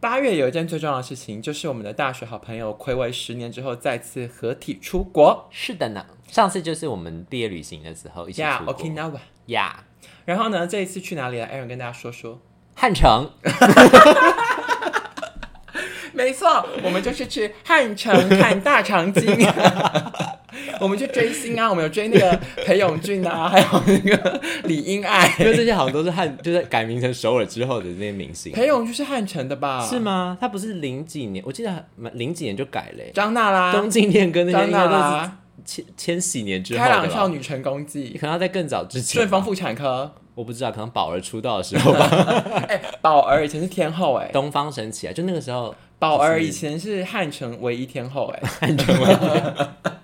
八月有一件最重要的事情，就是我们的大学好朋友暌违十年之后再次合体出国是的呢，上次就是我们毕业旅行的时候一起呀出国。 ，Okinawa。呀，然后呢，这一次去哪里了？Aaron 跟大家说说。汉城，没错，我们就是去汉城看大长 今，我们去追星啊，我们有追那个裴勇俊啊，还有那个李英爱。 因为这些好像都是汉，就是改名成首尔之后的这些明星，裴勇俊是汉城的吧？ 是吗？他不是零几年，我记得蛮零几年就改 了耶、张娜啦，东京恋歌那些张应娜该都啦，是千千禧年之后开的朗少吧？女成功记，可能要在更早之前顺丰吧，妇产科，我不知道，可能宝儿出道的时候 吧。哎、宝儿以前是天后哎、东方神起啊，就那个时候宝儿以前是汉城唯一天后哎、 汉城嘛，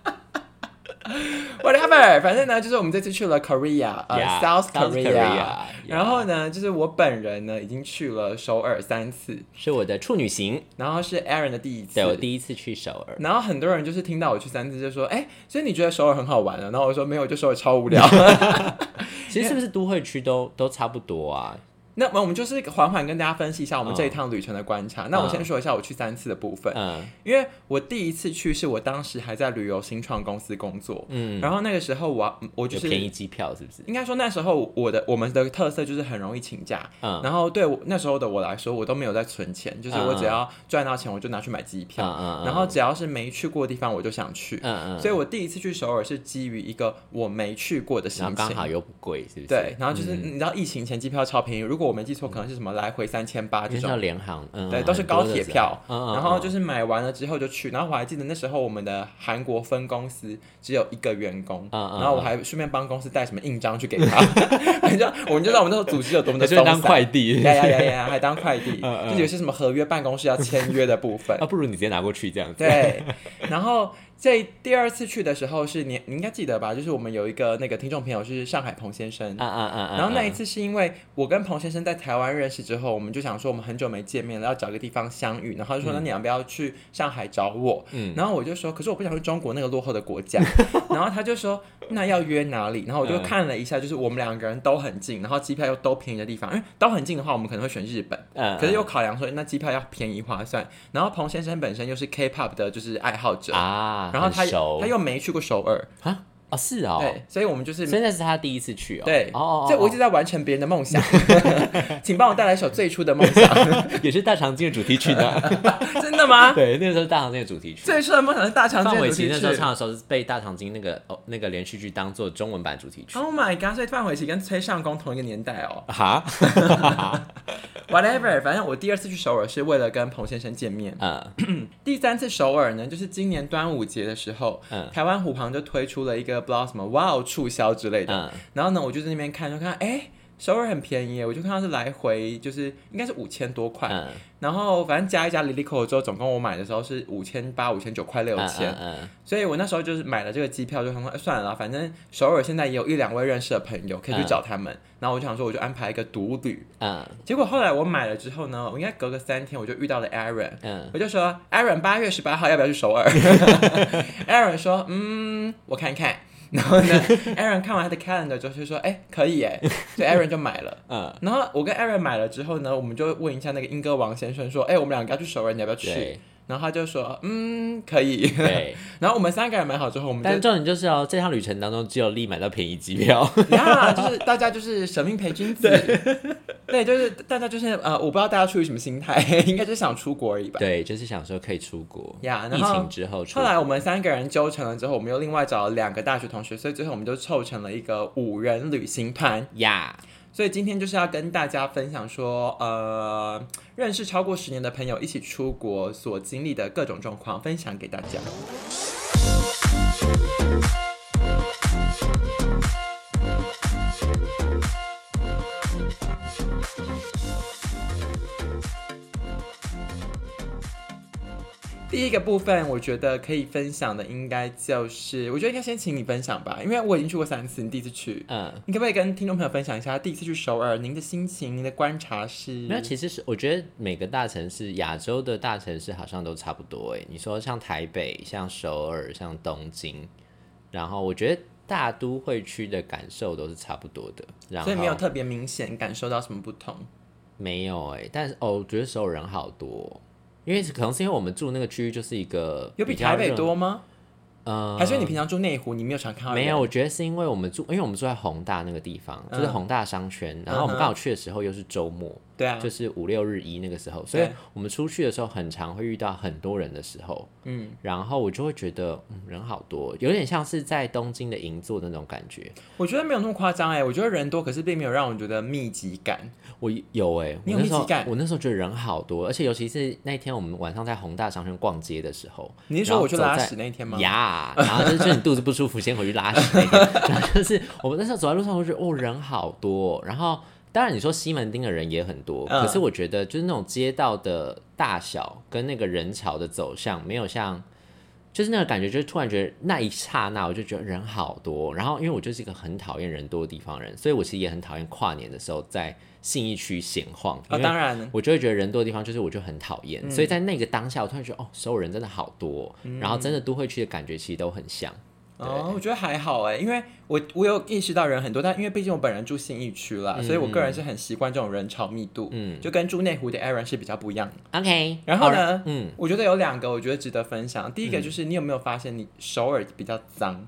whatever，反正呢，就是我们这次去了 Korea，呃、 Yeah, South Uh， South Korea，, Korea，然后呢，就是我本人呢已经去了首尔三次，是我的处女行，然后是 Aaron 的第一次，对我第一次去首尔，然后很多人就是听到我去三次就说，哎、所以你觉得首尔很好玩啊？然后我说没有，就首尔超无 聊。其实是不是都会区都都差不多啊？那么我们就是缓缓跟大家分析一下我们这一趟旅程的观察。那我先说一下我去三次的部分，嗯因为我第一次去是我当时还在旅游新创公司工作，嗯，然后那个时候我我就有是便宜机票是不是？应该说那时候我的我们的特色就是很容易请假，嗯然后对我那时候的我来说，我都没有在存钱，就是我只要赚到钱我就拿去买机嗯票，嗯，然后只要是没去过的地方我就想去，嗯嗯，所以我第一次去首尔是基于一个我没去过的心然后刚情。好又不贵，是不是？对，然后就是、嗯你知道疫情前机票超便宜，如果我没记错，可能是什么来回三千八这那时种候，联航，嗯，对，都是很多高的铁时候票。嗯嗯，然后就是买完了之后就去，然后我还记得那时候我们的韩国分公司只有一个员工，嗯嗯然后我还顺便帮公司带什么印章去给 他，你知道，我们就知道我们那时候组织有多么的就松是散，当 快递呀呀呀呀，还当快递，嗯嗯就有些什么合约办公室要签约的部分啊，，不如你直接拿过去这样子。对，然后。这第二次去的时候是你，你应该记得吧？就是我们有一个那个听众朋友是上海彭先生，啊啊啊啊！然后那一次次是因为我跟彭先生在台湾认识之后，我们就想说我们很久没见面了，要找个地方相遇。然后他就说、那你要不要去上海找我？嗯然后我就说可是我不想去中国那个落后的国家。 然后他就说那要约哪里？然后我就嗯看了一下，就是我们两个人都很近，然后机票又都便宜的地方，因为都很近的话，我们可能会选日本。嗯，可是又考量说那机票要便宜划算，然后彭先生本身又是 K-pop 的就是爱好者，啊，然后很他熟他又没去过首尔，啊哦是哦，对，所以我们就是所以那是他第一次去哦，对，哦哦哦，所以我一直在完成别人的梦想， 请帮我带来一首最初的梦想， 哦也是大长今的主题曲呢。 真的吗？对，那个时候是大长今的主题曲。最初的梦想是大长今范的玮主琪题那时候曲。唱的时候是被大长今那个哦那个连续剧当做中文版主题曲。 Oh my god！所以范玮琪跟崔尚宫同一个年代哦。哈， Whatever，反正我第二次去首尔是为了跟彭先生见面。嗯第三次首尔呢，就是今年端午节的时候，嗯台湾虎航就推出了一个不知道什么哇哦促销之类的，嗯，然后呢，我就在那边看，就看哎、首尔很便宜耶，我就看到是来回就是应该是五千多块，嗯，然后反正加一加里里扣扣之后，总共我买的时候是五千八、五千九块六千，嗯，所以我那时候就是买了这个机票，就想说、哎算了啦，反正首尔现在也有一两位认识的朋友可以去找他们，然后我就想说我就安排一个独旅。嗯结果后来我买了之后呢，我应该隔个三天我就遇到了 Aaron，嗯我就说 Aaron 八月十八号要不要去首尔 ？Aaron 说嗯，我看看。然后呢，Aaron 看完他的 calendar 就是说，哎、可以哎， 所以 Aaron 就买了。嗯，然后我跟 Aaron 买了之后呢，我们就问一下那个英歌王先生说：“哎、我们两个要去首尔，你要不要去对？”然后他就说：“嗯，可以。对，”然后我们三个人买好之后，我们但是就重点就是哦，这趟旅程当中只有丽买到便宜机 票，呀，就是大家就是舍命陪君子，对，就是大家就是呃，我不知道大家出于什么心态，应该就是想出国而已吧。对，就是想说可以出国，呀，啊然疫后情之后出后，来我们三个人纠缠了之后，我们又另外找了两个大学同学，所以最后我们就凑成了一个五人旅行团。呀，所以今天就是要跟大家分享说，呃，认识超过十年的朋友一起出国所经历的各种状况，分享给大家。第一个部分，我觉得可以分享的应该就是，我觉得应该先请你分享吧，因为我已经去过三次，你第一次去，嗯。你可不可以跟听众朋友分享一下第一次去首尔，您的心情、您的观察是？没有，其实是我觉得每个大城市，亚洲的大城市好像都差不多。哎，你说像台北、像首尔、像东京，然后我觉得大都会区的感受都是差不多的。然后嗯所以没有特别明显感受到什么不同。没有哎、但是哦，我觉得首尔人好多哦，因为可能是因为我们住那个区域就是一个有比较台北热，多吗？呃，还是因为你平常住内湖，你没有常看到人没有，我觉得是因为我们住，因为我们住在宏大那个地方，就是嗯宏大商圈，然后我们嗯哼刚好去的时候又是周末，对啊，就是五六日一那个时候，所以对我们出去的时候很常会遇到很多人的时候，嗯，然后我就会觉得、嗯、人好多，有点像是在东京的银座的那种感觉。我觉得没有那么夸张哎，我觉得人多，可是并没有让我觉得密集感。我有哎、你有我那密时集候感我那时候觉得人好多，而且尤其是那天我们晚上在宏大商圈逛街的时候，你是然说后我去嗯走拉在屎那一天吗？呀然后就是就是你肚子不舒服，先回去拉屎那 天。然后就是我们那时候走在路上，我就觉得哦人好多哦、然后当然你说西门町的人也很多，嗯可是我觉得就是那种街道的大小跟那个人潮的走向，没有像就是那个感觉，就是突然觉得那一刹那我就觉得人好多。然后因为我就是一个很讨厌人多的地方人，所以我其实也很讨厌跨年的时候在信义区闲晃，因啊，为当然，我就会觉得人多的地方，就是我就很讨厌，嗯所以在那个当下，我突然觉得哦，所有人真的好多哦、然后真的都会区的感觉其实都很像。对哦，我觉得还好哎，因为我我有意识到人很多，但因为毕竟我本人住信义区啦，所以我个人是很习惯这种人潮密度，嗯就跟住内湖的 Aaron 是比较不一样的。 OK，然后好呢，嗯，我觉得有两个我觉得值得分享。第一个就是你有没有发现你首尔比较脏？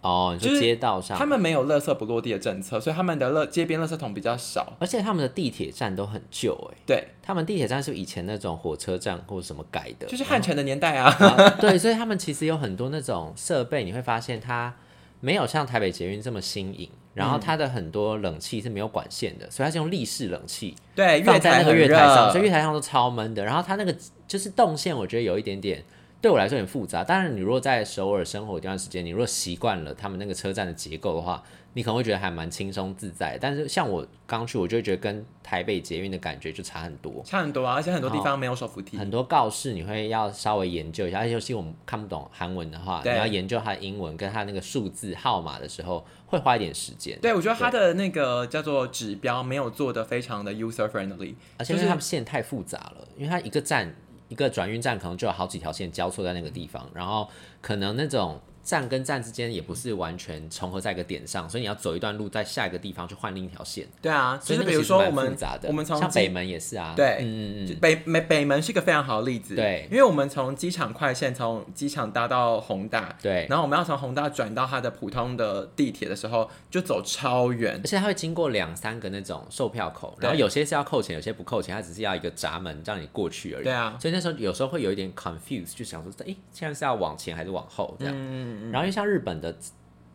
哦，你就说是街道上，他们没有垃圾不落地的政策，所以他们的垃街边垃圾桶比较少。而且他们的地铁站都很旧哎、对，他们地铁站是以前那种火车站或者什么改的，就是汉城的年代啊。然后对，所以他们其实有很多那种设备，你会发现它没有像台北捷运这么新颖，然嗯后它的很多冷气是没有管线的，所以它是用立式冷气，对，放月在台那个很月热嗯台上，所以月台上都超闷的。然后它那个就是动线，我觉得有一点点对我来说有点复杂。当然，你如果在首尔生活一段时间，你如果习惯了他们那个车站的结构的话，你可能会觉得还蛮轻松自在。但是像我刚去，我就会觉得跟台北捷运的感觉就差很多。差很多啊，而且很多地方没有手扶梯。很多告示你会要稍微研究一下，而且尤其我们看不懂韩文的话，你对要研究它的英文跟它那个数字号码的时候，会花一点时间。对，我觉得它的那个叫做指标没有做的非常的 user friendly，而且因为啊他们线太复杂了，因为它一个站一个转运站可能就有好几条线交错在那个地方，然后可能那种站跟站之间也不是完全重合在一个点上，所以你要走一段路，在下一个地方去换另一条线。对啊，就是所以那个比如其实说蛮我们复杂的我们从像机北门也是啊，对嗯嗯就嗯，北北北门是一个非常好的例子，对因为我们从机场快线从机场搭到宏大，对。然后我们要从宏大转到它的普通的地铁的时候，就走超远而，且它会经过两三个那种售票口，对然后有些是要扣钱，有些不扣钱，它只是要一个闸门让你过去而已。对啊，所以那时候有时候会有一点 confuse，就想说，诶，现在是要往前还是往后这样？嗯，然后因为像日本的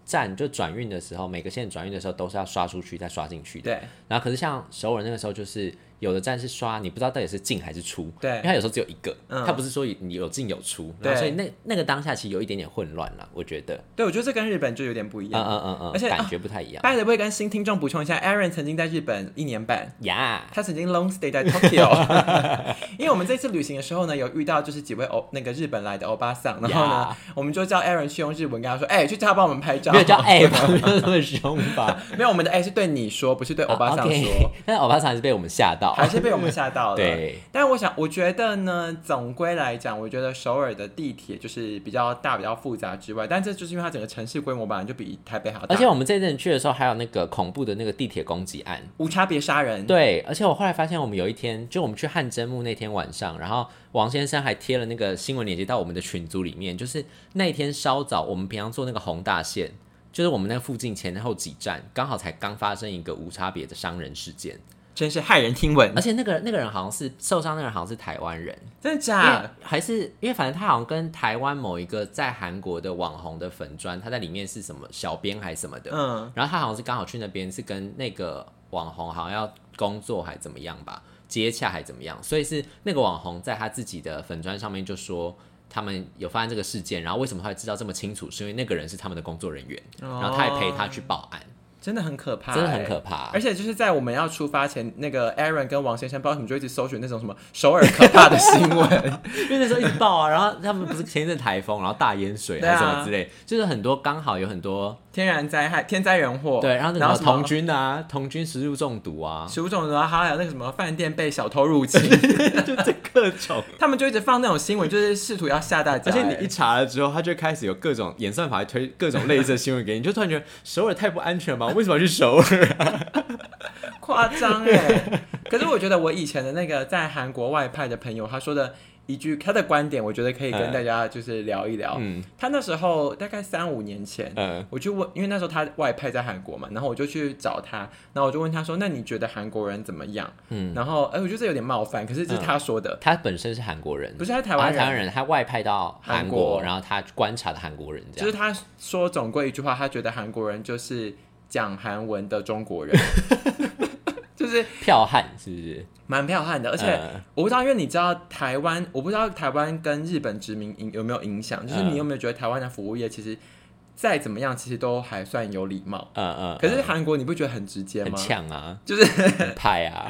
站就转运的时候，每个线转运的时候都是要刷出去再刷进去的。对然后可是像首尔那个时候，就是有的站是刷，你不知道到底是进还是出，因为对，它有时候只有一个，嗯它不是说你有进有出，对然后所以那那个当下其实有一点点混乱了，我觉得，对我觉得这跟日本就有点不一嗯样。嗯嗯嗯，而且啊感觉不太一样 By the way，跟新听众补充一下，Aaron 曾经在日本一年半，呀。他曾经 long stay 在 Tokyo，因为我们这次旅行的时候呢，有遇到就是几位欧那个日本来的欧巴桑，然后呢我们就叫 Aaron 去用日文跟他说，哎、去叫他帮我们拍照，没有叫 A 吧，没有那么凶吧？没有我们的哎、是对你说，不是 对欧巴桑啊，OK 说， 但是欧巴桑还是被我们吓到。还是被我们吓到了。 对，但我想，我觉得呢，总归来讲，我觉得首尔的地铁就是比较大、比较复杂之外，但这就是因为它整个城市规模本来就比台北还要大，而且我们这阵去的时候，还有那个恐怖的那个地铁攻击案，无差别杀人。对，而且我后来发现，我们有一天，就我们去汗蒸幕那天晚上，然后王先生还贴了那个新闻链接到我们的群组里面，就是那一天稍早，我们平常坐那个宏大线，就是我们那附近前后几站，刚好才刚发生一个无差别的伤人事件，真是骇人听闻而，且那个那个人好像是受伤，那个人好像是台湾人，真的因为假？还是因为反正他好像跟台湾某一个在韩国的网红的粉砖，他在里面是什么小编还是什么的，嗯，然后他好像是刚好去那边是跟那个网红好像要工作还怎么样吧，接洽还怎么样，所以是那个网红在他自己的粉砖上面就说。他们有发现这个事件，然后为什么他会知道这么清楚？是因为那个人是他们的工作人员，哦然后他也陪他去报案，真的很可怕、真的很可怕。怕。而且就是在我们要出发前，那个 Aaron 跟王先生，不知道你们就一直搜寻那种什么首尔可怕的新 闻，因为那时候 一啊直报啊，然后他们不是前一阵台风，然后大淹水还是什么之类，就是很多刚好有很多天然灾害、天灾人祸，对，然后那然后个什什么么童军啊，童军食物中毒啊，食物中毒，然后还有那个什么饭店被小偷入侵， 就这各种。他们就一直放那种新闻，就是试图要吓大家、 而且哎你一查了之后，他就开始有各种演算法推 各种类似的新闻给你，你就突然觉得首尔太不安全了 吧？为什么要去首尔？夸张哎！ 可是我觉得我以前的那个在韩国外派的朋友，他说的一句他的观点，我觉得可以跟嗯大家就是聊一聊。嗯他那时候大概三五年前，嗯我就问，因为那时候他外派在韩国嘛，然后我就去找他，然后我就问他说：“那你觉得韩国人怎么样？”嗯，然后哎、我觉得这有点冒犯，可是这是他说的，他本身是韩国人，不是他是台哦湾他台人，湾人，他外派到韩韩国，国然后他观察的韩国人这就样。是他说总归一句话，他觉得韩国人就是讲韩文的中 国人，就是票汉是不是？蛮彪悍的，而且嗯我不知道，因为你知道台湾，我不知道台湾跟日本殖民影有没有影响，就是嗯你有没有觉得台湾的服务业其实再怎么样，其实都还算有礼貌。嗯嗯，可是韩国你不觉得很直接很吗？呛啊， 就是 很派啊，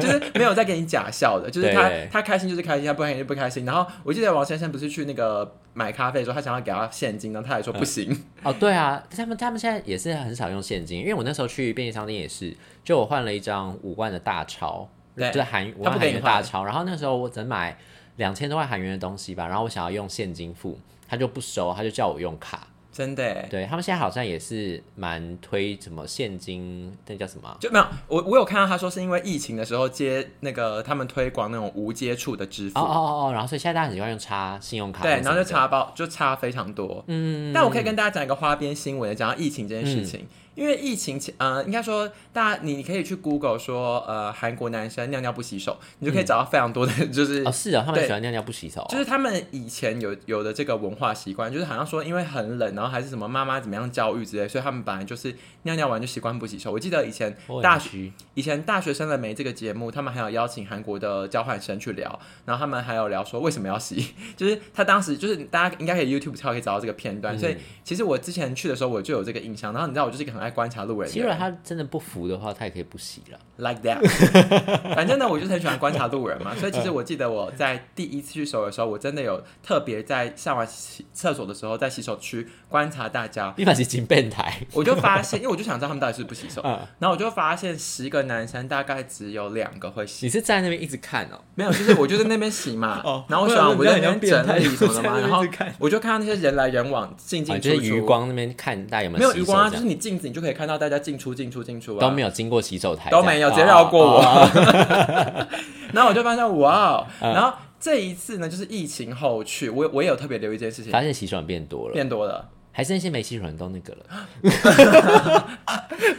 就是没有在给你假笑的，就是他对他开心就是开心，他不开心就不开心。然后我记得王先生不是去那个买咖啡的时候，他想要给他现金，然后他还说不行。 哦，对啊，他们他们现在也是很少用现金，因为我那时候去便利商店也是，就我换了一张五万的大钞，对就是韩五他万不韩给元你的换大钞，然后那时候我只能买两千多块韩元的东西吧，然后我想要用现金付，他就不收，他就叫我用卡。真的耶，对他们现在好像也是蛮推什么现金，那叫什么啊？就没有我我有看到他说是因为疫情的时候接那个他们推广那种无接触的支付，哦哦哦哦，然后所以现在大家很喜欢用插信用卡，对，然后就插。差包就差非常多。嗯，但我可以跟大家讲一个花边新闻，讲到疫情这件事情。因为疫情前，呃，应该说大家你你可以去 Google 说，呃，韩国男生尿尿不洗手，你就可以找到非常多的，就是、哦是的，他们对喜欢尿尿不洗手哦，就是他们以前有有的这个文化习惯，就是好像说因为很冷，然后还是什么妈妈怎么样教育之类，所以他们本来就是尿尿完就习惯不洗手。我记得以前大学学以前大学生的没这个节目，他们还有邀请韩国的交换生去聊，然后他们还有聊说为什么要洗， 就是他当时就是大家应该可以 YouTube 上可以找到这个片嗯段，所以其实我之前去的时候我就有这个印象，然后你知道我就是一个很爱观察路人其的实如果人他真的不服的话，他也可以不洗了。 ，like that，反 正呢我就是很喜欢观察路人嘛，所以其实我记得我在第一次去首尔的时候，我真的有特别在上完洗厕所的时候，在洗手区观察大 家，立马是金变态，我就发现，因为我就想知道他们到底是不是不洗手，嗯然后我就发现十个男生大概只有两个会洗手你是站在那边一直看哦，，没有，就是我就在那边洗嘛 哦然后我洗完我我就在那想说你很像边变整态理什么的嘛，在那边然后一直看我就看到那些人来人往进进啊，出出，就是余光那边看大家有没有洗余手光啊，这就样是你镜子你就可以看到大家进出进出进出啊，都没有经过洗手台这都样，没有，直接绕过我哦。哦哦。然后我就发现哇哦，嗯然后这一次呢，就是疫情后去，我我也有特别留意这件事情，发现洗手人变多了，变多了，还是那些没洗手人都那个啊了。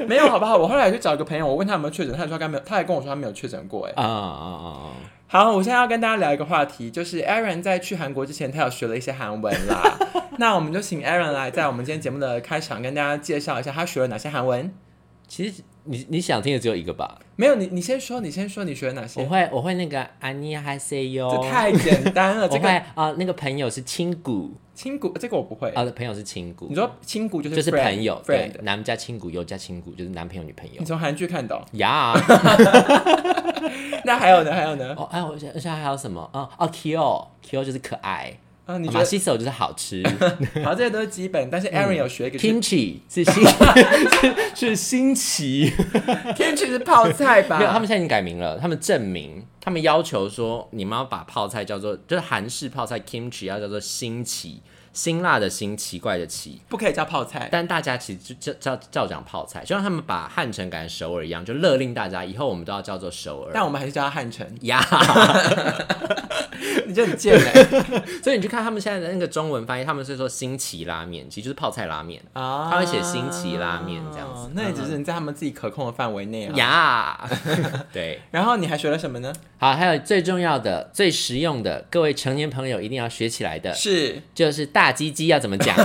没有好不好？我后来去找一个朋友，我问他有没有确诊，他说他没有，他还跟我说他没有确诊过，哎。啊啊啊啊！好，我现在要跟大家聊一个话题，就是 Aaron 在去韩国之前，他有学了一些韩文 啦。那我们就请 Aaron 来在我们今天节目的开场跟大家介绍一下他学了哪些韩文。其实你你想听的只有一个吧？没有，你你先说，你先说你学了哪我些？会我会那个安妮嗨 say 哟，这太简单 了，我这会个啊那个朋友是亲骨亲骨这个我不会。啊，朋友是亲骨你，说亲骨就是就是 friend，朋友，对 friend，。男加亲骨，友加亲骨，就是男朋友女朋友你。从韩剧看到？ 呀，那还有呢？还有呢？哦，哎，我想我想还有什么？哦哦，Q，Q 就是可爱，啊，你觉马嗯得西手就是好吃好，这些都 是基本，但是 Aaron 有学一个是，Kimchi 是新 是是新奇，天气是泡菜吧没有，他们现在已经改名了，他们证明，他们要求说你们要把泡菜叫做就是韩式泡菜 Kimchi 要叫做新奇，辛辣的辛，奇怪的奇。不可以叫泡菜。但大家其实就照照照讲泡菜，就像他们把汉城改成首尔一样，就勒令大家以后我们都要叫做首尔但我们还是叫他汉城，呀。你就很贱哎、 所以你去看他们现在的那个中文翻译，他们是说新奇拉面，其实就是泡菜拉面啊他会写新奇拉面这样子那也只是在他们自己可控的范围内啊。呀。对，然后你还学了什么呢？ 好，还有最重要的、最实用的，各位成年朋友一定要学起来的，是就是大鸡鸡要怎么讲。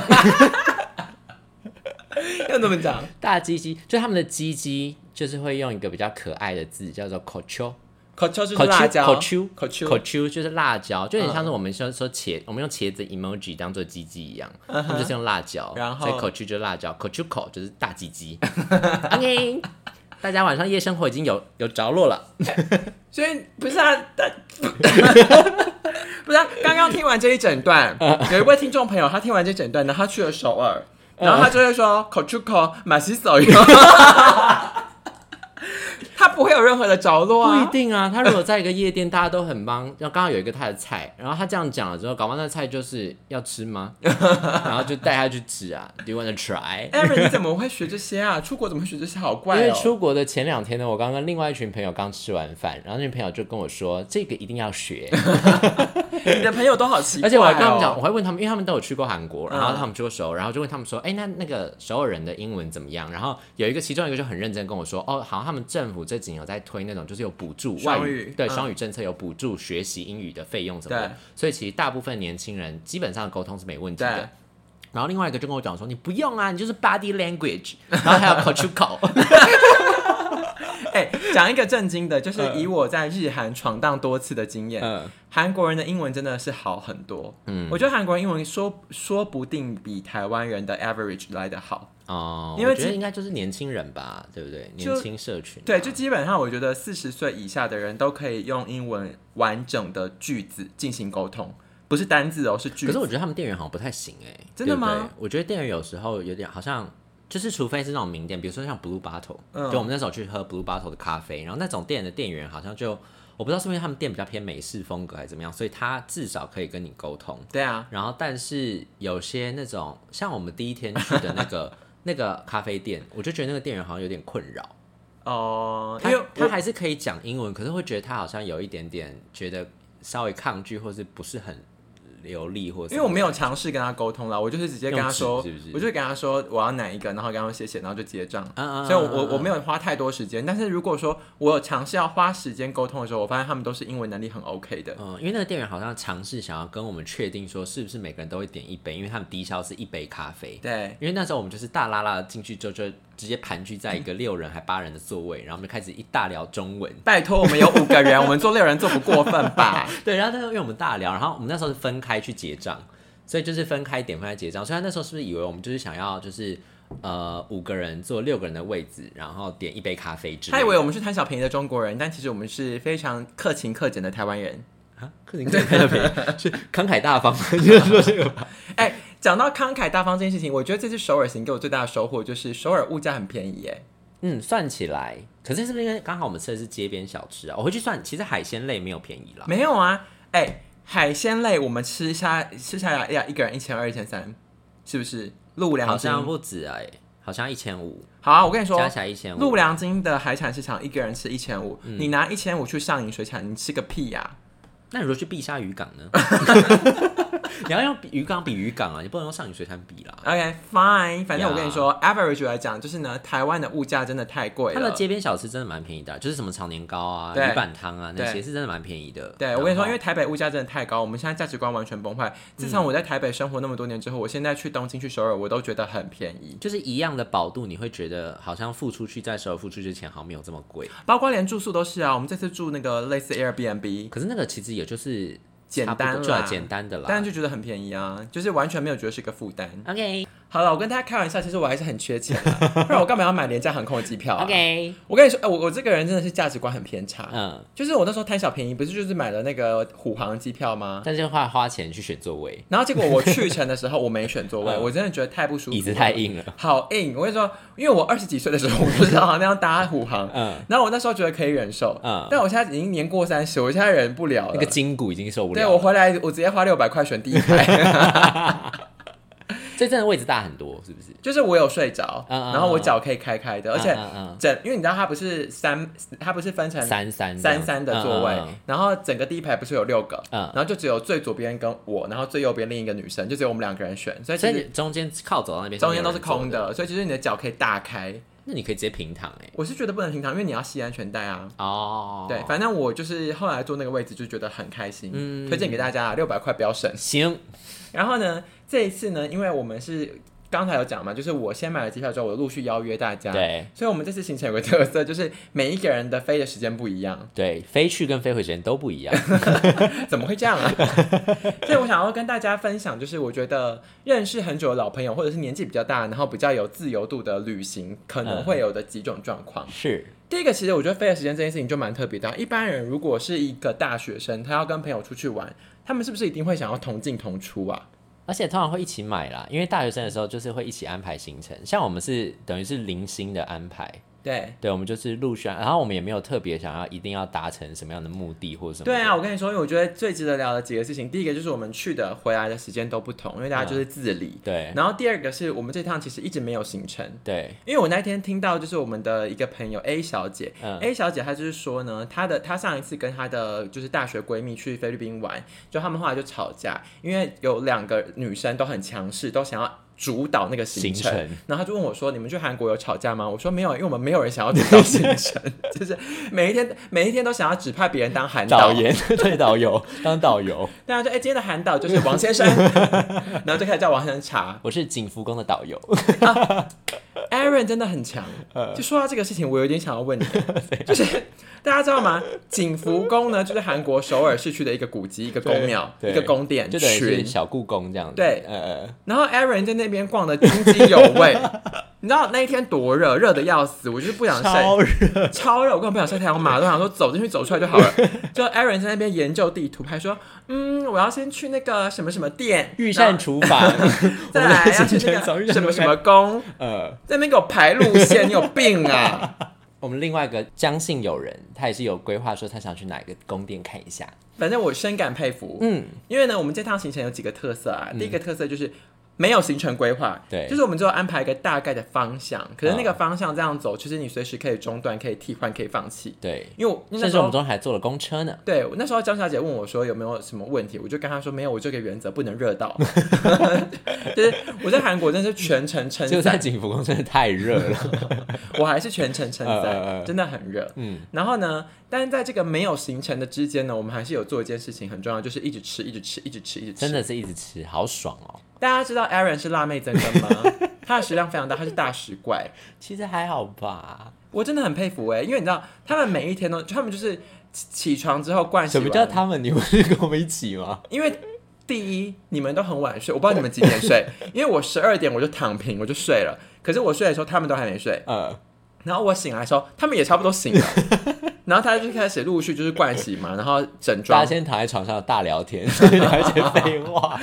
要怎么讲？大鸡鸡就他们的鸡鸡，就是会用一个比较可爱的字，叫做 c o c h o 口丘就是 c o 辣 c 椒， h o c 口 c 丘 o c h o 就是辣椒，就有点像是我们说说茄，我们用茄子 emoji 当做鸡鸡一样，他们就是用辣椒，嗯然后所以 c o c h o 就是辣椒 c o c h o c o 就是大鸡鸡。OK，大家晚上夜生活已经有有着落了。所以不是啊，但 啊不是啊。刚刚听完这一整段，有一位听众朋友，他听完这整段，然后他去了首尔，然后他就会说 “kochuko m a s i s o 他不会有任何的着落不一啊。定啊，他如果在一个夜店，大家都很帮，然后刚刚有一个他的菜，然后他这样讲了之后，搞不好那菜就是要吃吗？然后就带他去吃啊，Do you wanna try？ Aaron，你怎么会学这些啊？出国怎么会学这些？好因怪为哦！出国的前两天呢，我刚跟另外一群朋友刚吃完饭，然后那群朋友就跟我说，这个一定要 学，你的朋友都好奇怪、哦，而且我还跟他们讲，我还问他们，因为他们都有去过韩国，嗯然后他们就熟，然后就问他们说，哎、那那个首尔人的英文怎么样？然后有一个其中一个就很认真跟我说，哦，好像他们政府这几年有在推那种就是有补助外双语对嗯双语政策有补助学习英语的费用什么对的，所以其实大部分年轻人基本上沟通是没问题对的。然后另外一个就跟我讲说，你不用啊，你就是 body language，然后还有 culture call，哎，讲一个震惊的，就是嗯以我在日韩闯荡多次的经验，嗯，韩国人的英文真的是好很多。嗯，我觉得韩国人英文说说不定比台湾人的 average 来的好。哦，因为我觉其得应该就是年轻人吧，对不对？就年轻社群啊、对，就基本上我觉得四十岁以下的人都可以用英文完整的句子进行沟通，不是单字哦，是句可是子。我觉得他们店员好像不太行哎、真的吗对不对我觉得店员有时候有点好像，就是除非是那种名店，比如说像 Blue Bottle，、嗯就我们那时候去喝 Blue Bottle 的咖啡，然后那种店的店员好像就我不知道是因为他们店比较偏美式风格还是怎么样，所以他至少可以跟你沟通。对啊，然后但是有些那种像我们第一天去的那个 那个咖啡店，我就觉得那个店员好像有点困扰。哦、他因为他我还是可以讲英文，可是会觉得他好像有一点点觉得稍微抗拒，或是不是很流利，或是因为我没有尝试跟他沟通啦，我就是直接跟他说，用纸是不是我就跟他说我要哪一个，然后跟他说谢谢，然后就结账。啊啊啊所以我，我啊啊我没有花太多时间。但是如果说我有尝试要花时间沟通的时候，我发现他们都是英文能力很 OK 的。嗯，因为那个店员好像尝试想要跟我们确定说，是不是每个人都会点一杯，因为他们低消是一杯咖啡。对，因为那时候我们就是大拉拉进去之后，就直接盘踞在一个六人还八人的座位，然后我们就开始一大聊中文。拜托，我们有五个人，我们做六人做不过分吧？对，然后那时候因为我们大聊，然后我们那时候是分开去结账，所以就是分开点分开结账。虽然那时候是不是以为我们就是想要就是呃五个人坐六个人的位置，然后点一杯咖啡 之类他的。以 为我们是贪小便宜的中国人，但其实我们是非常克勤克俭的台湾人。啊，克林顿开的杯是慷慨大方，就是说这个吧。哎、讲到慷慨大方这件事情，我觉得这次首尔行给我最大的收获就是首尔物价很便宜耶。嗯，算起来，可是是不是因为刚好我们吃的是街边小吃啊？我回去算，其实海鲜类没有便宜啦。没有啊，哎、海鲜类我们吃下吃下来要一个人一千二、一千三，是不是？陆好良金像不止哎、好像一千五，好啊，我跟你说加，起来一千陆五。嗯良金的海产市场一个人吃一千五，你拿一千五去上瘾水产，你吃个屁呀、那你如果去碧沙渔港 呢？ 你要用渔港比渔港啊，你不能用上影水产比啦。 OK fine，反正我呀跟你说，average 来讲，就是呢，台湾的物价真的太贵它的了。街边小吃真的蛮便宜的，就是什么炒年糕啊、对鱼板汤啊那对些是真的蛮便宜的。对，我跟你然后说，嗯因为台北物价真的太高，我们现在价值观完全崩坏。自从我在台北生活那么多年之后，我现在去东京、去首尔，我都觉得很便宜，就是一样的饱度，你会觉得好像付出去在首尔付出去的钱好像没有这么贵。包括连住宿都是啊。我们这次住那个类似 Airbnb，可是那个其实也就是简差不单多就啦要简单的啦。但就觉得很便宜啊，就是完全没有觉得是一个负担。 OK 好了，我跟大家开玩笑，其实我还是很缺钱 啊，不然我干嘛要买廉价航空的机票、啊 OK，我跟你说，哎我我这个人真的是价值观很偏差。嗯，就是我那时候贪小便宜，不是就是买了那个虎航机票吗？但是花花钱去选座位，然后结果我去程的时候我没选座位，嗯我真的觉得太不舒服啊了，椅子太硬了。好硬。我跟你说，因为我二十几岁的时候，我不知道那样搭虎航，嗯，然后我那时候觉得可以忍受，嗯但我现在已经年过三十，我现在忍不了了。那个筋骨已经受不了对了。我回来，我直接花六百块选第一 排，这真的位置大很多，是不是？就是我有睡着，嗯嗯然后我脚可以开开的，而且嗯嗯整，因为你知道它不是三，它不是分成嗯三三这样三三的座位，嗯嗯然后整个第一排不是有六个，嗯然后就只有最左边跟我，然后最右边另一个女生，就只有我们两个人选，所以嗯其所以实你中间靠走到那边，中间都是空的，的，所以其实你的脚可以大开。那你可以直接平躺哎、我是觉得不能平躺，因为你要系安全带啊。哦，对，反正我就是后来坐那个位置就觉得很开心，嗯推荐给大家，六百块不要省。行，然后呢，这一次呢，因为我们是刚才有讲嘛，就是我先买了机票之后，我陆续邀约大家，，对所以我们这次行程有个特色，就是每一个人的飞的时间不一样。对，飞去跟飞回时间都 不一样。怎么会这样啊？ 所以我想要跟大家分享，就是我觉得认识很久的老朋友，或者是年纪比较大，然后比较有自由度的旅行，可嗯能会有的几种状况。是，第一个，其实我觉得飞的时间这件事情就蛮特别的啊。一般人如果是一个大学生，他要跟朋友出去玩，他们是不是一定会想要同进同出啊？而且通常会一起买啦，因为大学生的时候就是会一起安排行程，像我们是等于是零星的安排，对。对，我们就是陆续安，然后我们也没有特别想要一定要达成什么样的目的或者什么。对啊，，我跟你说，因为我觉得最值得聊的几个事情，第一个就是我们去的、回来的时间都不同，因为大家就是自理。对然后第二个是我们这趟其实一直没有行程，对，因为我那天听到就是我们的一个朋友 A 小姐、嗯 a 小姐她就是说呢，她的她上一次跟她的就是大学闺蜜去菲律宾玩，就她们后来就吵架，因为有两个女生都很强势，都想要。主导那个行程，行程然后她就问我说：“你们去韩国有吵架吗？”我说：“没有，因为我们没有人想要主导行 程，就是每一天每一天都想要指派别人当韩导 导演 对导游当导游，大家就哎、今天的韩导就是王先 生，然后就开始叫王先生查。我是景福宫的导游。 Aaron 真的很强，呃就说到这个事情，我有点想要 问你，啊就是大家知道吗？景福宫呢，就是韩国首尔市区的一个古迹、一个宫庙、对一个宫殿就等于是群。小故宫这样子。对呃，然后 Aaron 在那边逛的津津有味， 你知道那一天多热，热的要死，我就是不呃想晒，超 热，超啊热，我根本不想晒太阳，我马上想说走进去走出来就好 了。就 Aaron 在那边研究地图，还说，嗯，我要先去那个什么什么店，御膳厨房， 再 来要去行那程从御个膳什么厨什房么宫，呃，在那边给我排路线，你有病啊！我们另外一个江姓友人，他也是有规划说他想去哪一个宫殿看一下。反正我深感佩服，嗯，因为呢，我们这趟行程有几个特色啊。第一个特色就是没有行程规划，对就是我们就安排一个大概的方向，可是那个啊方向这样走，其实你随时可以中断、可以替换、可以放弃。对，因为我那甚时至我们候，中间还坐了公车呢。对，我那时候江小姐问我说有没有什么问题，我就跟她说没有，我这个原则不能热到。 就是我在韩国真的是全程撑就在伞，景福宫 真的太 热了，我还是全程撑呃呃伞，呃真的很热。嗯，然后呢，但是在这个没有行程的之间呢，我们还是有做一件事情很重要，就是一直吃，一直吃，一直吃，一直吃。真的是一直吃，好爽哦。大家知道 Aaron 是辣妹增根 吗？她的食量非常大，她是大食怪。其实还好吧。我真的很佩服哎、因为你知道，他们每一天都，他们就是起起床之后灌洗什完么叫？他们？你不是跟我们一起吗？因为第一，你们都很晚睡，我不知道你们几点 睡，因为我十二点我就躺平，我就睡了。可是我睡的时候，他们都还没睡。呃，然后我醒来的时候，他们也差不多醒了。 然后他就开始陆续就是灌洗嘛，然后整大家装，先躺在床上大聊天， 聊一些废 话，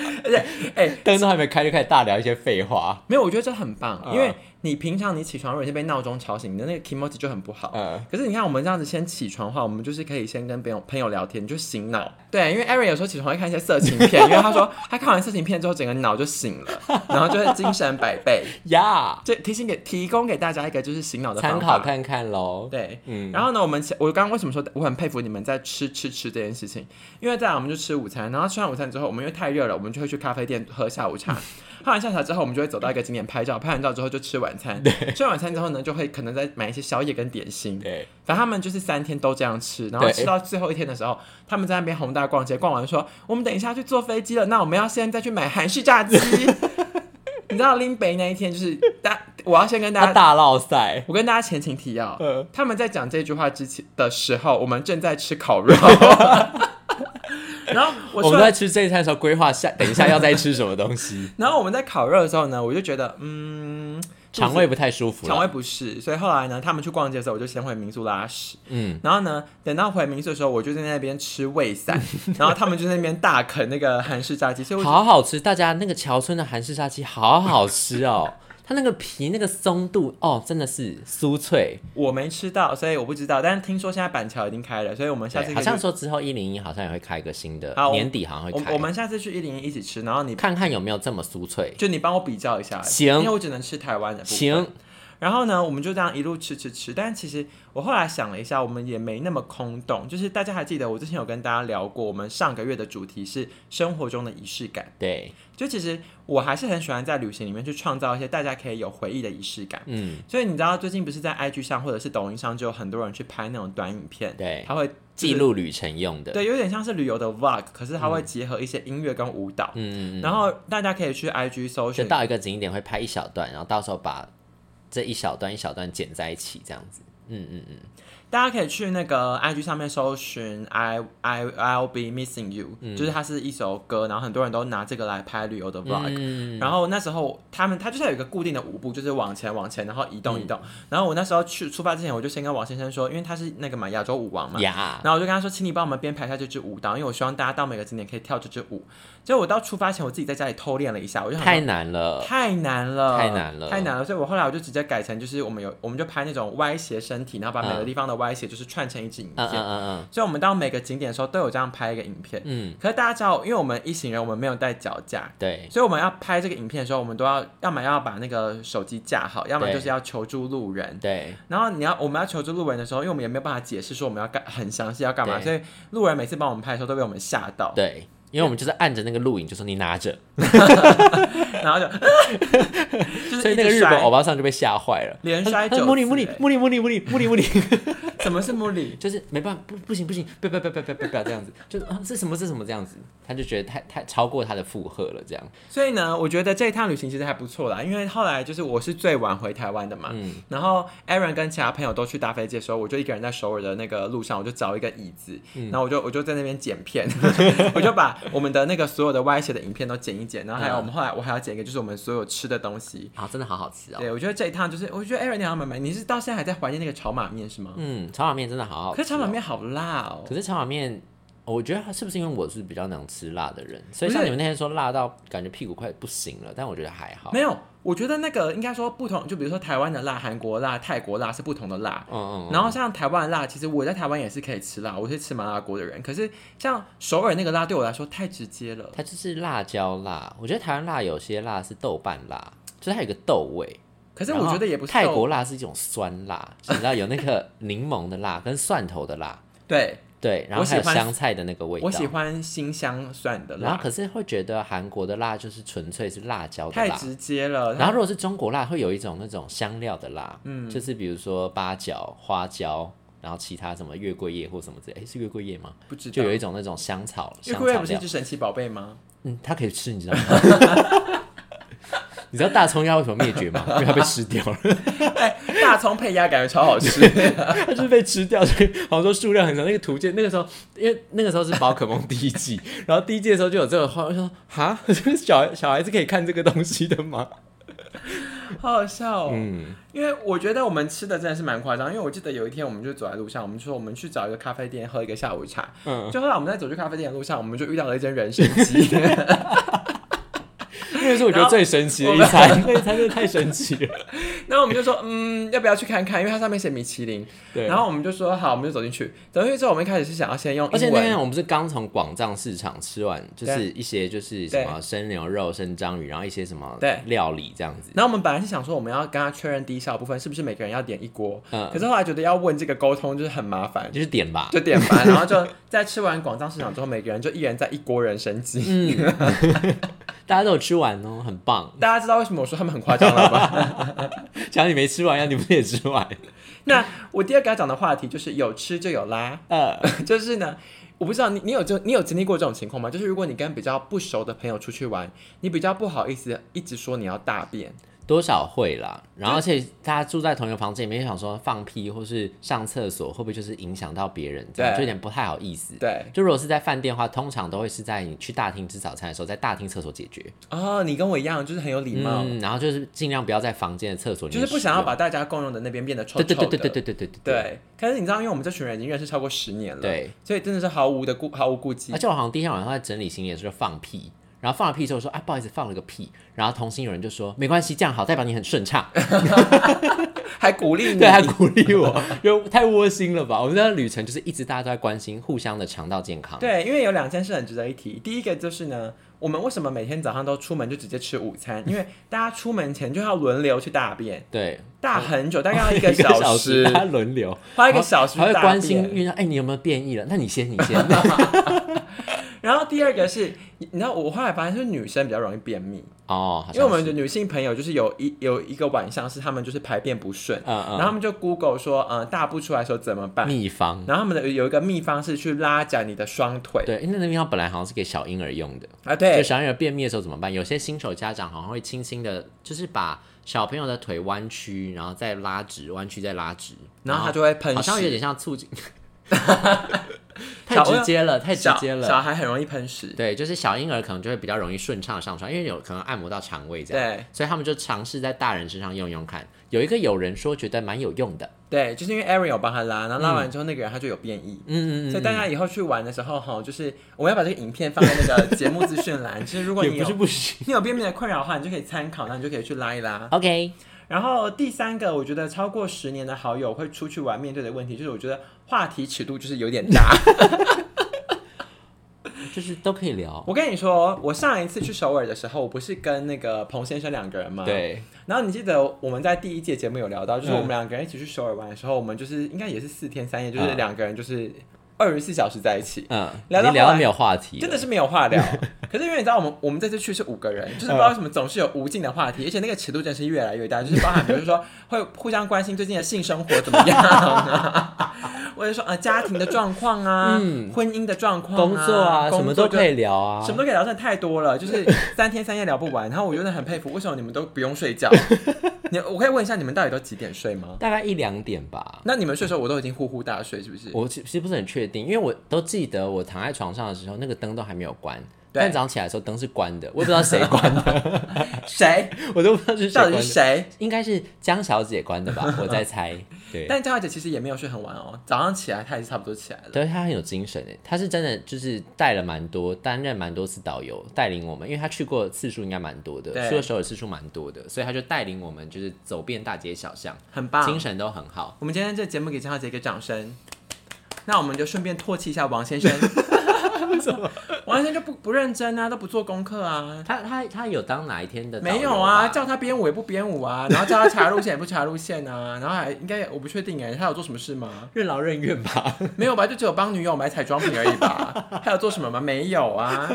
哎、灯都还没开就开始大聊一些废话。没有，我觉得这很棒，嗯因为你平常你起床如果你是被闹钟吵醒，你的那个 emoji 就很不好。嗯，可是你看，我们这样子先起床的话，我们就是可以先跟朋友朋友聊天，你就醒脑。对，啊因为 Aaron 有时候起床会看一些色情片，因为他说他看完色情片之后，整个脑就醒了，然后就会精神百 倍。呀， 这提醒给提供给大家一个就是醒脑的参方考法。看看喽。对，嗯然后呢，我们前我刚刚为什么说我很佩服你们在吃吃吃这件事情？因为再来我们就吃午餐，然后吃完午餐之后，我们因为太热了，我们就会去咖啡店喝下午 茶。喝完下午茶之后，我们就会走到一个景点拍照，拍完照之后就吃晚餐。吃完晚餐之后呢，就会可能再买一些宵夜跟点心。对，反正他们就是三天都这样吃，然后对吃到最后一天的时候，他们在那边宏大逛街，逛完说我们等一下去坐飞机了，那我们要现在再去买韩式炸 鸡。你知道林北那一天就是大，我要先跟大 他家大闹赛，我跟大家前情提要，嗯他们在讲这句话之前的时候，我们正在吃烤 肉。然后我我说，，们在吃这一餐的时候规划下，等一下要再吃什么东西然后我们在烤肉的时候呢，我就觉得，嗯，肠胃不太舒服啦，肠胃不适，所以后来呢，他们去逛街的时候，我就先回民宿拉屎。嗯，然后呢，等到回民宿的时候，我就在那边吃胃 散，然后他们就在那边大啃那个韩式炸鸡，所以我好好吃。大家那个桥村的韩式炸鸡好好吃 哦，它那个皮那个松度哦，真的是酥脆。我没吃到，所以我不知道。但是听说现在板桥已经开了，所以我们下次可对，好以像去说之后一零一好像也会开一个新的好，我年底好像会开。我我们下次去一零一一起吃，然后你看看有没有这么酥脆。就你帮我比较一下，行因为我只能吃台湾的。。行，然后呢，我们就这样一路吃吃吃，但其实我后来想了一下，我们也没那么空洞。就是大家还记得我之前有跟大家聊过，我们上个月的主题是生活中的仪式感。对，就其实我还是很喜欢在旅行里面去创造一些大家可以有回忆的仪式感。嗯，所以你知道最近不是在 IG 上或者是抖音上就有很多人去拍那种短影片，对他会记，录旅程用的。对，有点像是旅游的 vlog，可是它会结合一些音乐跟舞蹈。嗯嗯嗯嗯，然后大家可以去 IG 搜就寻，到一个景点会拍一小段，然后到时候把这一小段一小段剪在一起，这样子。嗯嗯嗯，大家可以去那个 IG 上面搜寻 I I I'll be missing you，、就是它是一首歌，然后很多人都拿这个来拍旅游的 vlog、嗯嗯，然后那时候他们他就是有一个固定的舞步，就是往前往前，然后移嗯动移动。然后我那时候去出发之前，我就先跟王先生说，因为他是那个嘛亚洲舞王嘛，呀，然后我就跟他说，请你帮我们编排一下这支舞蹈，因为我希望大家到每个景点可以跳这支舞。结果我到出发前，我自己在家里偷练了一下，我就想说太难了，太难了，太难了太难了。所以我后来我就直接改成，就是我们有我们就拍那种歪斜身体，然后把每个嗯地方的歪斜就是串成一支影嗯片。嗯所以我们到每个景点的时候都有这样拍一个影片。嗯嗯，嗯可是大家知道，因为我们一行人我们没有带脚架，对，所以我们要拍这个影片的时候，我们都要要么要把那个手机架好，要么对就是要求助路人。对，然后你要我们要求助路人的时候，因为我们也没有办法解释说我们要干很详细要干嘛，对所以路人每次帮我们拍的时候都被我们吓到，对，因为我们就是按着那个录影，就说你拿着，然后就 就是所以一那个直日本摔欧，巴桑就被吓坏了，连他摔他九摸你次摸你欸摸你摸你摸你摸你摸你，怎么是木里？就是没办法，不不行不行，不要不要不要不要不要不要这样子，就是啊是什么是什么这样子，他就觉得太太超过他的负荷了，这样，所以呢，我觉得这一趟旅行其实还不错啦，因为后来就是我是最晚回台湾的嘛，嗯然后 Aaron 跟其他朋友都去搭飞机的时候，我就一个人在首尔的那个路上，我就找一个椅子，嗯然后我就我就在那边剪 片，我就把我们的那个所有的歪斜的影片都剪一剪，然后还有嗯我们后来我还要剪一个就是我们所有吃的东西。啊，真的好好吃哦，对，我觉得这一趟就是，我觉得 Aaron 你好像蛮蛮，你是到现在还在怀念那个炒马面是吗？嗯，炒碗面真的好好吃哦，可是炒马面好辣哦，可是炒碗面，我觉得是不是因为我是比较能吃辣的人，所以不是像你们那天说辣到感觉屁股快不行了，但我觉得还好。没有，我觉得那个应该说不同，就比如说台湾的辣、韩国辣、泰国辣是不同的辣，嗯嗯，嗯然后像台湾的辣，其实我在台湾也是可以吃辣，我是吃麻辣锅的人。可是像首尔那个辣对我来说太直接了，它就是辣椒辣，我觉得台湾辣有些辣是豆瓣辣，就是它有个豆味。可是然我后觉得也不是泰豆国辣是一种酸辣，你知道有那个柠檬 的辣跟蒜头的辣，对，对，然后我喜还有欢香菜的那个味道。我喜欢辛香蒜的然后辣，可是会觉得韩国的辣就是纯粹是辣椒的太辣，直接了。然后如果是中国辣，会有一种那种香料的辣，嗯，就是比如说八角、花椒，然后其他什么月桂叶或什么之类，诶是月桂叶吗？不知道就有，一种那种香草，月香桂草味不是一料只，神奇宝贝吗？嗯，它可以吃，你知道吗？ 你知道大葱鸭为什么灭绝吗？因 为它被吃掉了，大葱配鸭感觉超好吃， 它就是被吃掉，所以好像说数量很少。那个图鉴那个时候，因为那个时候是宝可梦第一季，然后第一季的时候就有这个话，我就说哈， 小孩小孩子可以看这个东西的吗？好好笑哦。嗯，因为我觉得我们吃的真的是蛮夸张，因为我记得有一天我们就走在路上，我们说我们去找一个咖啡店喝一个下午茶，嗯就后来我们在走去咖啡店的路上，我们就遇到了一间人参鸡。 那个是我觉得最神奇的一餐， 那一餐真的太神奇了。然后我们就说，嗯，要不要去看看？因为它上面写米其林。对，然后我们就说好，我们就走进去。走进去之后，我们一开始是想要先用而且英那天文，我们是刚从广藏市场吃完，就是一些就是什么生牛肉、生章鱼，然后一些什么对料理这样子。然后我们本来是想说我们要跟他确认低效部分是不是每个人要点一锅，嗯可是后来觉得要问这个沟通就是很麻烦，就是点吧，就点 吧。然后就在吃完广藏市场之后，每个人就一人在一锅人参鸡。嗯 大家都有吃完哦，很 棒。大家知道为什么我说他们很夸张了吧？ 讲你没吃完呀，你不是也吃完？那我第二个要讲的话题就是有吃就有拉，呃， 就是呢。我不知道你你有就你有经历过这种情况吗？就是如果你跟比较不熟的朋友出去玩，你比较不好意思一直说你要大便，多少会啦。然后而且大家住在同一个房间里面，就想说放屁或是上厕所，会不会就是影响到别人？这样对就有点不太好意思。对，就如果是在饭店的话，通常都会是在你去大厅吃早餐的时候，在大厅厕所解决。哦，你跟我一样，就是很有礼貌，嗯，然后就是尽量不要在房间的厕所里就面是使用，不想要把大家共用的那边变得臭对臭的。对对对对对对对对对可是你知道，因为我们这群人已经认识超过十年了，，对，啊所以真的是毫无的顾毫无顾忌而。且我好像第一天晚上在整理行李的时候就放屁，然后放了屁之后说啊，不好意思，放了个屁。然后同行有人就说没关系，这样好，代表你很顺畅，还鼓励你，对，还鼓励 我，就太窝心了吧？我们这旅程就是一直大家都在关心互相的肠道健康，对因为有两件事很值得一提。第一个就是呢，我们为什么每天早上都出门就直接吃午餐？因为大家出门前就要轮流去大便，对，大很久，大概要一哦个小时，大家轮流，花一个小时还会去大关心便遇到哎，你有没有变异了？那你先，你 先，然后第二个是，你你知道我后来发现，就是女生比较容易便秘，哦，好像因为我们是的女性朋友就是有一有一个晚上是她们就是排便不顺，嗯嗯然后她们就 Google 说，嗯、大不出来的时候怎么办？秘方，然后他们的有一个秘方是去拉展你的双腿对，因为那个秘方本来好像是给小婴儿用的，啊，就对，小婴儿便秘的时候怎么办？有些新手家长好像会轻轻的，就是把小朋友的腿弯曲，然后再拉直，弯曲再拉直，然后他就会喷好像有屎，点像 促进， 太小直接了，太直小接小了。孩很容易喷屎，对，就是小婴儿可能就会比较容易顺畅上传，因为有可能按摩到肠胃这样，对所以他们就尝试在大人身上用用看。有一个有人说觉得蛮有用的，对，就是因为 Aaron 有帮他拉，然后拉完之后那个人他就有变异。嗯所以大家以后去玩的时候，哈，就是我们要把这个影片放在那个节目资讯 栏。就是如果你有不行。你有便秘的困扰的话，你就可以参考，那你就可以去拉一拉。 OK，然后第三个，我觉得超过十年的好友会出去玩，面对的问题就是，我觉得话题尺度就是有点大。就是都可 以聊。我跟你说，我上一次去首尔的时候，我不是跟那个彭先生两个人吗？。对，嗯然后你记得我们在第一届节目有聊到，就是我们两个人一起去首尔玩的时候，我们就是应该也是四天三夜，就是嗯两个人就是二十四小时在一起，嗯，聊到你聊后到来没有话题了，真的是没有话聊。 可是因为你知道，我们我们这次去是五个人，就是不知道为什么总是有无尽的话嗯题，而且那个尺度真是越来越大，就是包含比如说会互相关心最近的性生活怎么样啊， 或者说呃家庭的状况啊，婚姻的状况、嗯工作啊，什么都以。可以聊啊什。么都可以聊，真的太多了，就是三天三夜聊不 完。然后我真的很佩服，为什么你们都不用睡觉？你我可以问一下，你们到底都几点睡 吗？大概一两点吧，那你们睡的时候，我都已经呼呼大睡，是不是？我其其实不是很确定，因为我都记得我躺在床上的时候，那个灯都还没有关，对但早上起来的时候灯是关的，我也不知道谁关的， 谁？我都不知道是谁到关底的，是谁？应该是江小姐关的吧，我在猜。对，但张小姐其实也没有睡很晚哦，早上起来她也是差不多起来了。对她很有精神诶，她是真的就是带了蛮多，担任蛮多次导游，带领我们，因为她去过次数应该蛮多的，对去过首尔次数蛮多的，所以她就带领我们就是走遍大街小巷，很棒精神都很好。我们今天这节目给张小姐一个掌声。那我们就顺便唾弃一下王先 生，王先生就不不认真啊，都不做功课啊。她她她有当哪一天的导游没有啊，吧叫他编舞也不编舞啊， 然后叫他查路线也不查路线啊，然后还应该我不确定哎，他有做什么事 吗？任劳任怨吧。没有吧？就只有帮女友买彩妆品而已 吧？还有做什么吗？没有啊，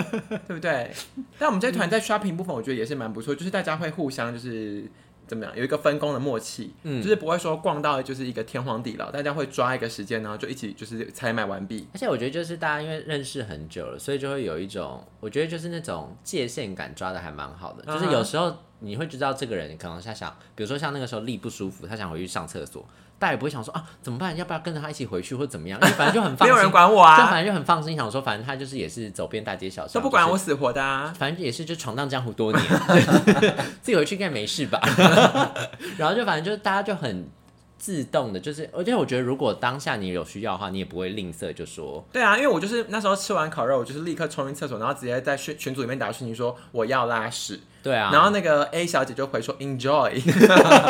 对不对？但我们这团在 shopping 部分，我觉得也是蛮不错，就是大家会互相就是怎么样，有一个分工的默契，嗯，就是不会说逛到就是一个天荒地老，大家会抓一个时间，然后就一起就是采买完毕。而且我觉得就是大家因为认识很久了，所以就会有一种，我觉得就是那种界限感抓的还蛮好的。嗯就是有时候你会知道这个人可能他想，比如说像那个时候力不舒服，他想回去上厕所，大家也不会想说啊怎么办，要不要跟着他一起回去或怎么样，因为反正就很放没心，有人管我就啊，反正就很放心，想说反正他就是也是走遍大街小巷，都不管就我是。死活的啊。反正也是就闯荡江湖多年， 自己回去应该没事吧。 然后就反正就是大家就很自动的，就是而且我觉得如果当下你有需要的话，你也不会吝啬就说对啊，因为我就是那时候吃完烤肉，我就是立刻冲进厕所，然后直接在群群组里面打讯息说我要拉屎，对啊。然后那个 A 小姐就回说 enjoy，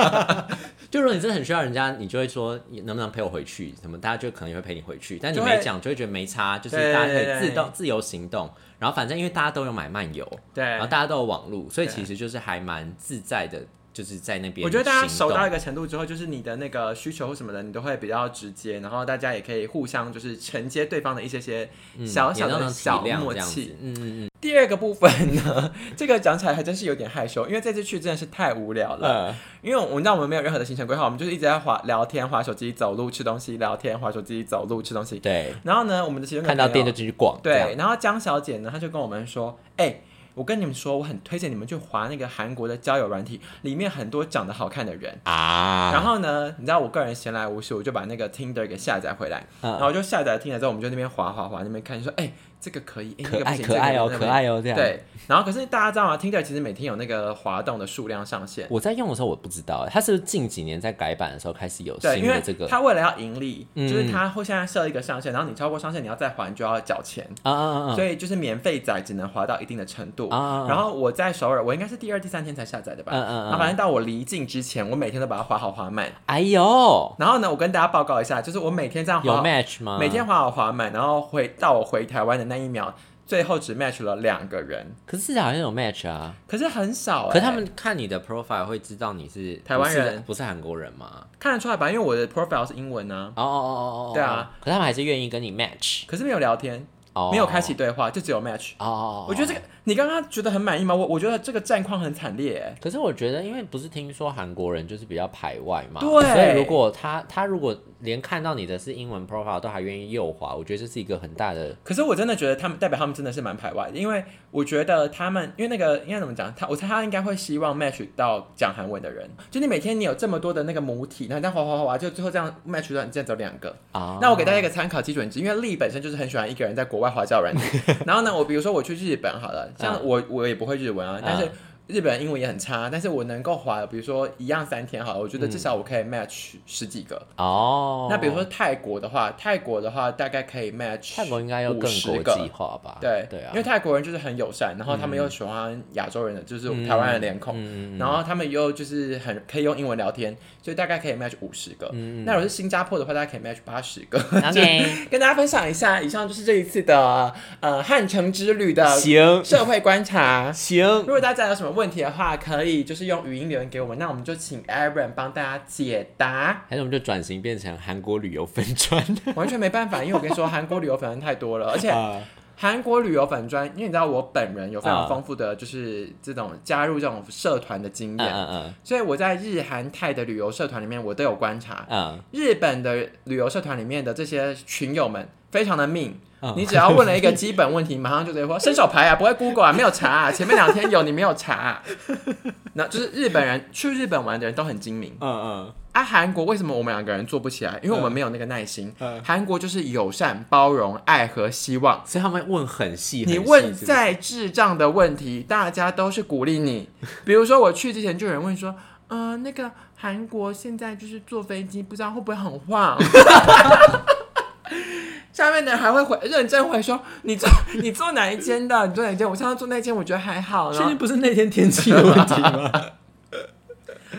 就如果你真的很需要人家，你就会说你能不能陪我回去？什么大家就可能也会陪你回去，但你就会没讲就会觉得没差，就是对大家可对以对自动自由行动。然后反正因为大家都有买漫游，对然后。大家都有网络，所以对其实就是还蛮自在的，就是在那边行动。我觉得大家熟到一个程度之后，就是你的那个需求或什么的，你都会比较直接，然后大家也可以互相就是承接对方的一些些小小嗯也都的能体小谅默这样契子。。嗯嗯嗯。第二个部分呢， 这个讲起来还真是有点害羞，因为这次去真的是太无聊了。呃，因为我们知道我们没有任何的行程规划，我们就是一直在滑聊天、滑手机、走路、吃东西、聊天、滑手机、走路、吃东西。对，然后呢，我们的其中一个看到朋友店就进去逛。这样对，，然后江小姐呢，她就跟我们说，哎、我跟你们说，我很推荐你们去滑那个韩国的交友软体，里面很多长得好看的人。啊，然后呢，你知道我个人闲来无事，我就把那个 Tinder 给下载回来，嗯然后我就下载了 Tinder 之后，我们就那边滑滑滑，那边看，就说哎、这个可以，哎、那个可不爱行可爱哦，这个不行可爱哦，这样。，对，然后可是大家知道吗？Tinder 其实每天有那个滑动的数量上限，我在用的时候我不知道，它是不是近几年在改版的时候开始有对，新因为的这个它为了要盈利，嗯就是它会现在设一个上限，然后你超过上限，你要再还你就要缴钱。啊啊啊啊所以就是免费载只能滑到一定的程度，啊啊啊然后我在首尔，我应该是第二、第三天才下载的吧，嗯嗯嗯然后反正到我离境之前，我每天都把它滑好滑满。哎呦，然后呢，我跟大家报告一下，就是我每天这样有滑好 match 吗？每天滑好滑满，然后回到我回台湾的那一秒，最后只 match 了两个人，可是好像有 match 啊，可是很少、欸。可他们看你的 profile 会知道你是台湾人不是不是韩国人吗？看得出来吧？因为我的 profile 是英文呢、哦哦哦哦哦，对啊，可他们还是愿意跟你 match 可是没有聊天。哦哦没有开启对话，就只有 match。哦哦，我觉得这个，个你刚刚觉得很满意吗？我我觉得这个战况很惨烈欸，可是我觉得，因为不是听说韩国人就是比较排外嘛，对所以如果他他如果连看到你的是英文 profile 都还愿意右滑，我觉得这是一个很大的可是我真的觉得他们代表他们真的是蛮排外的，因为我觉得他们因为那个应该怎么讲，他我猜他应该会希望 match 到讲韩文的人，就你每天你有这么多的那个母体，然后这样滑滑滑滑，就最后这样 match 到你这样只有两个。啊。那我给大家一个参考基准值，因为丽本身就是很喜欢一个人在国外滑交友 软件。然后呢，我比如说我去日本好了，像我我也不会日文啊嗯，但是日本英文也很差，但是我能够滑，比如说一样三天好了，我觉得至少我可以 match 十几个。嗯哦，那比如说泰国的话，泰国的话大概可以 match 泰国应该要更50国个际化吧？对对啊，因为泰国人就是很友善，然后他们又喜欢亚洲人的，就是台湾人脸孔， 嗯然后他们又就是很可以用英文聊天，所以大概可以 match 五十个。嗯那如果是新加坡的话，大概可以 match 八十个。 OK 跟大家分享一下，以上就是这一次的呃汉城之旅 的行 社会观察。行如，果大家有什么问题的话，可以就是用语音留言给我们，那我们就请 Aaron 帮大家解答。还是我们就转型变成韩国旅游分专完全没办法，因为我跟你说，韩国旅游粉太多了，而且啊？韩国旅游粉专，因为你知道我本人有非啊常丰富的就是这种加入这种社团的经嗯验，嗯嗯所以我在日韩泰的旅游社团里面，我都有观察，嗯，日本的旅游社团里面的这些群友们非常的命。嗯你只要问了一个基本问题，马上就直接说伸手牌啊，不会 Google 啊，没有查、啊，前面两天有你没有查、 啊，那就是日本人去日本玩的人都很精明，嗯啊，韩国为什么我们两个人做不起来？因为我们没有那个耐心嗯。韩、国就是友善、包容、爱和希望。所以他们问很细，你很细问是不是再智障的问题，大家都是鼓励你。比如说，我去之前就有人问说。呃，那个韩国现在就是坐飞机，不知道会不会很晃。 下面的人还会回认真回说，你坐你坐哪一间的？你坐哪一间？我上次坐那间，我觉得还好。然确后定不是那天天气的问题吗？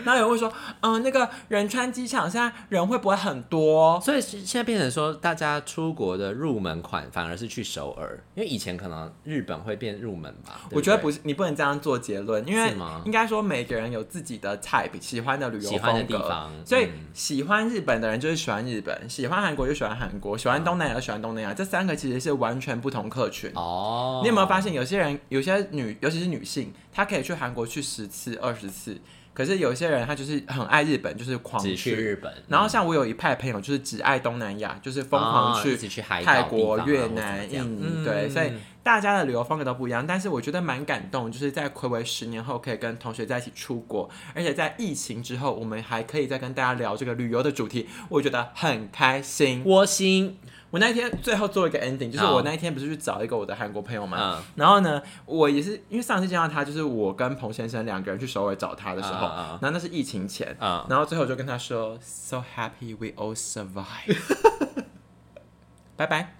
然后有人会说，嗯、那个仁川机场现在人会不会很多？ 所以是现在变成说，大家出国的入门款反而是去首尔，因为以前可能日本会变入门吧。对我觉得对不是，你不能这样做结论，因是为吗应该说每个人有自己的 type，喜欢的旅游喜欢的风格地方所以嗯喜欢日本的人就是喜欢日本，喜欢韩国就喜欢韩国，喜欢东南亚就喜欢东南亚，这三个其实是完全不同客群。哦，你有没有发现，有些人，有些女，尤其是女性，她可以去韩国去十次、二十次，可是有些人她就是很爱日本，就是狂只去日本，然后像我有一派朋友，就是只爱东南亚，就是疯狂哦去一直去海岛泰国、地方啊越或者南、怎么样印尼，嗯对，所以大家的旅游风格都不一样。但是我觉得蛮感动，就是在暌违十年后可以跟同学在一起出国，而且在疫情之后，我们还可以再跟大家聊这个旅游的主题，我觉得很开心。窝心，我那一天最后做一个 ending，就是好我那一天不是去找一个我的韩国朋友嘛，嗯然后呢，我也是因为上次见到他，就是我跟彭先生两个人去首尔找他的时候，嗯嗯嗯然后那是疫情前，嗯然后最后我就跟他说，so happy we all survive，拜拜。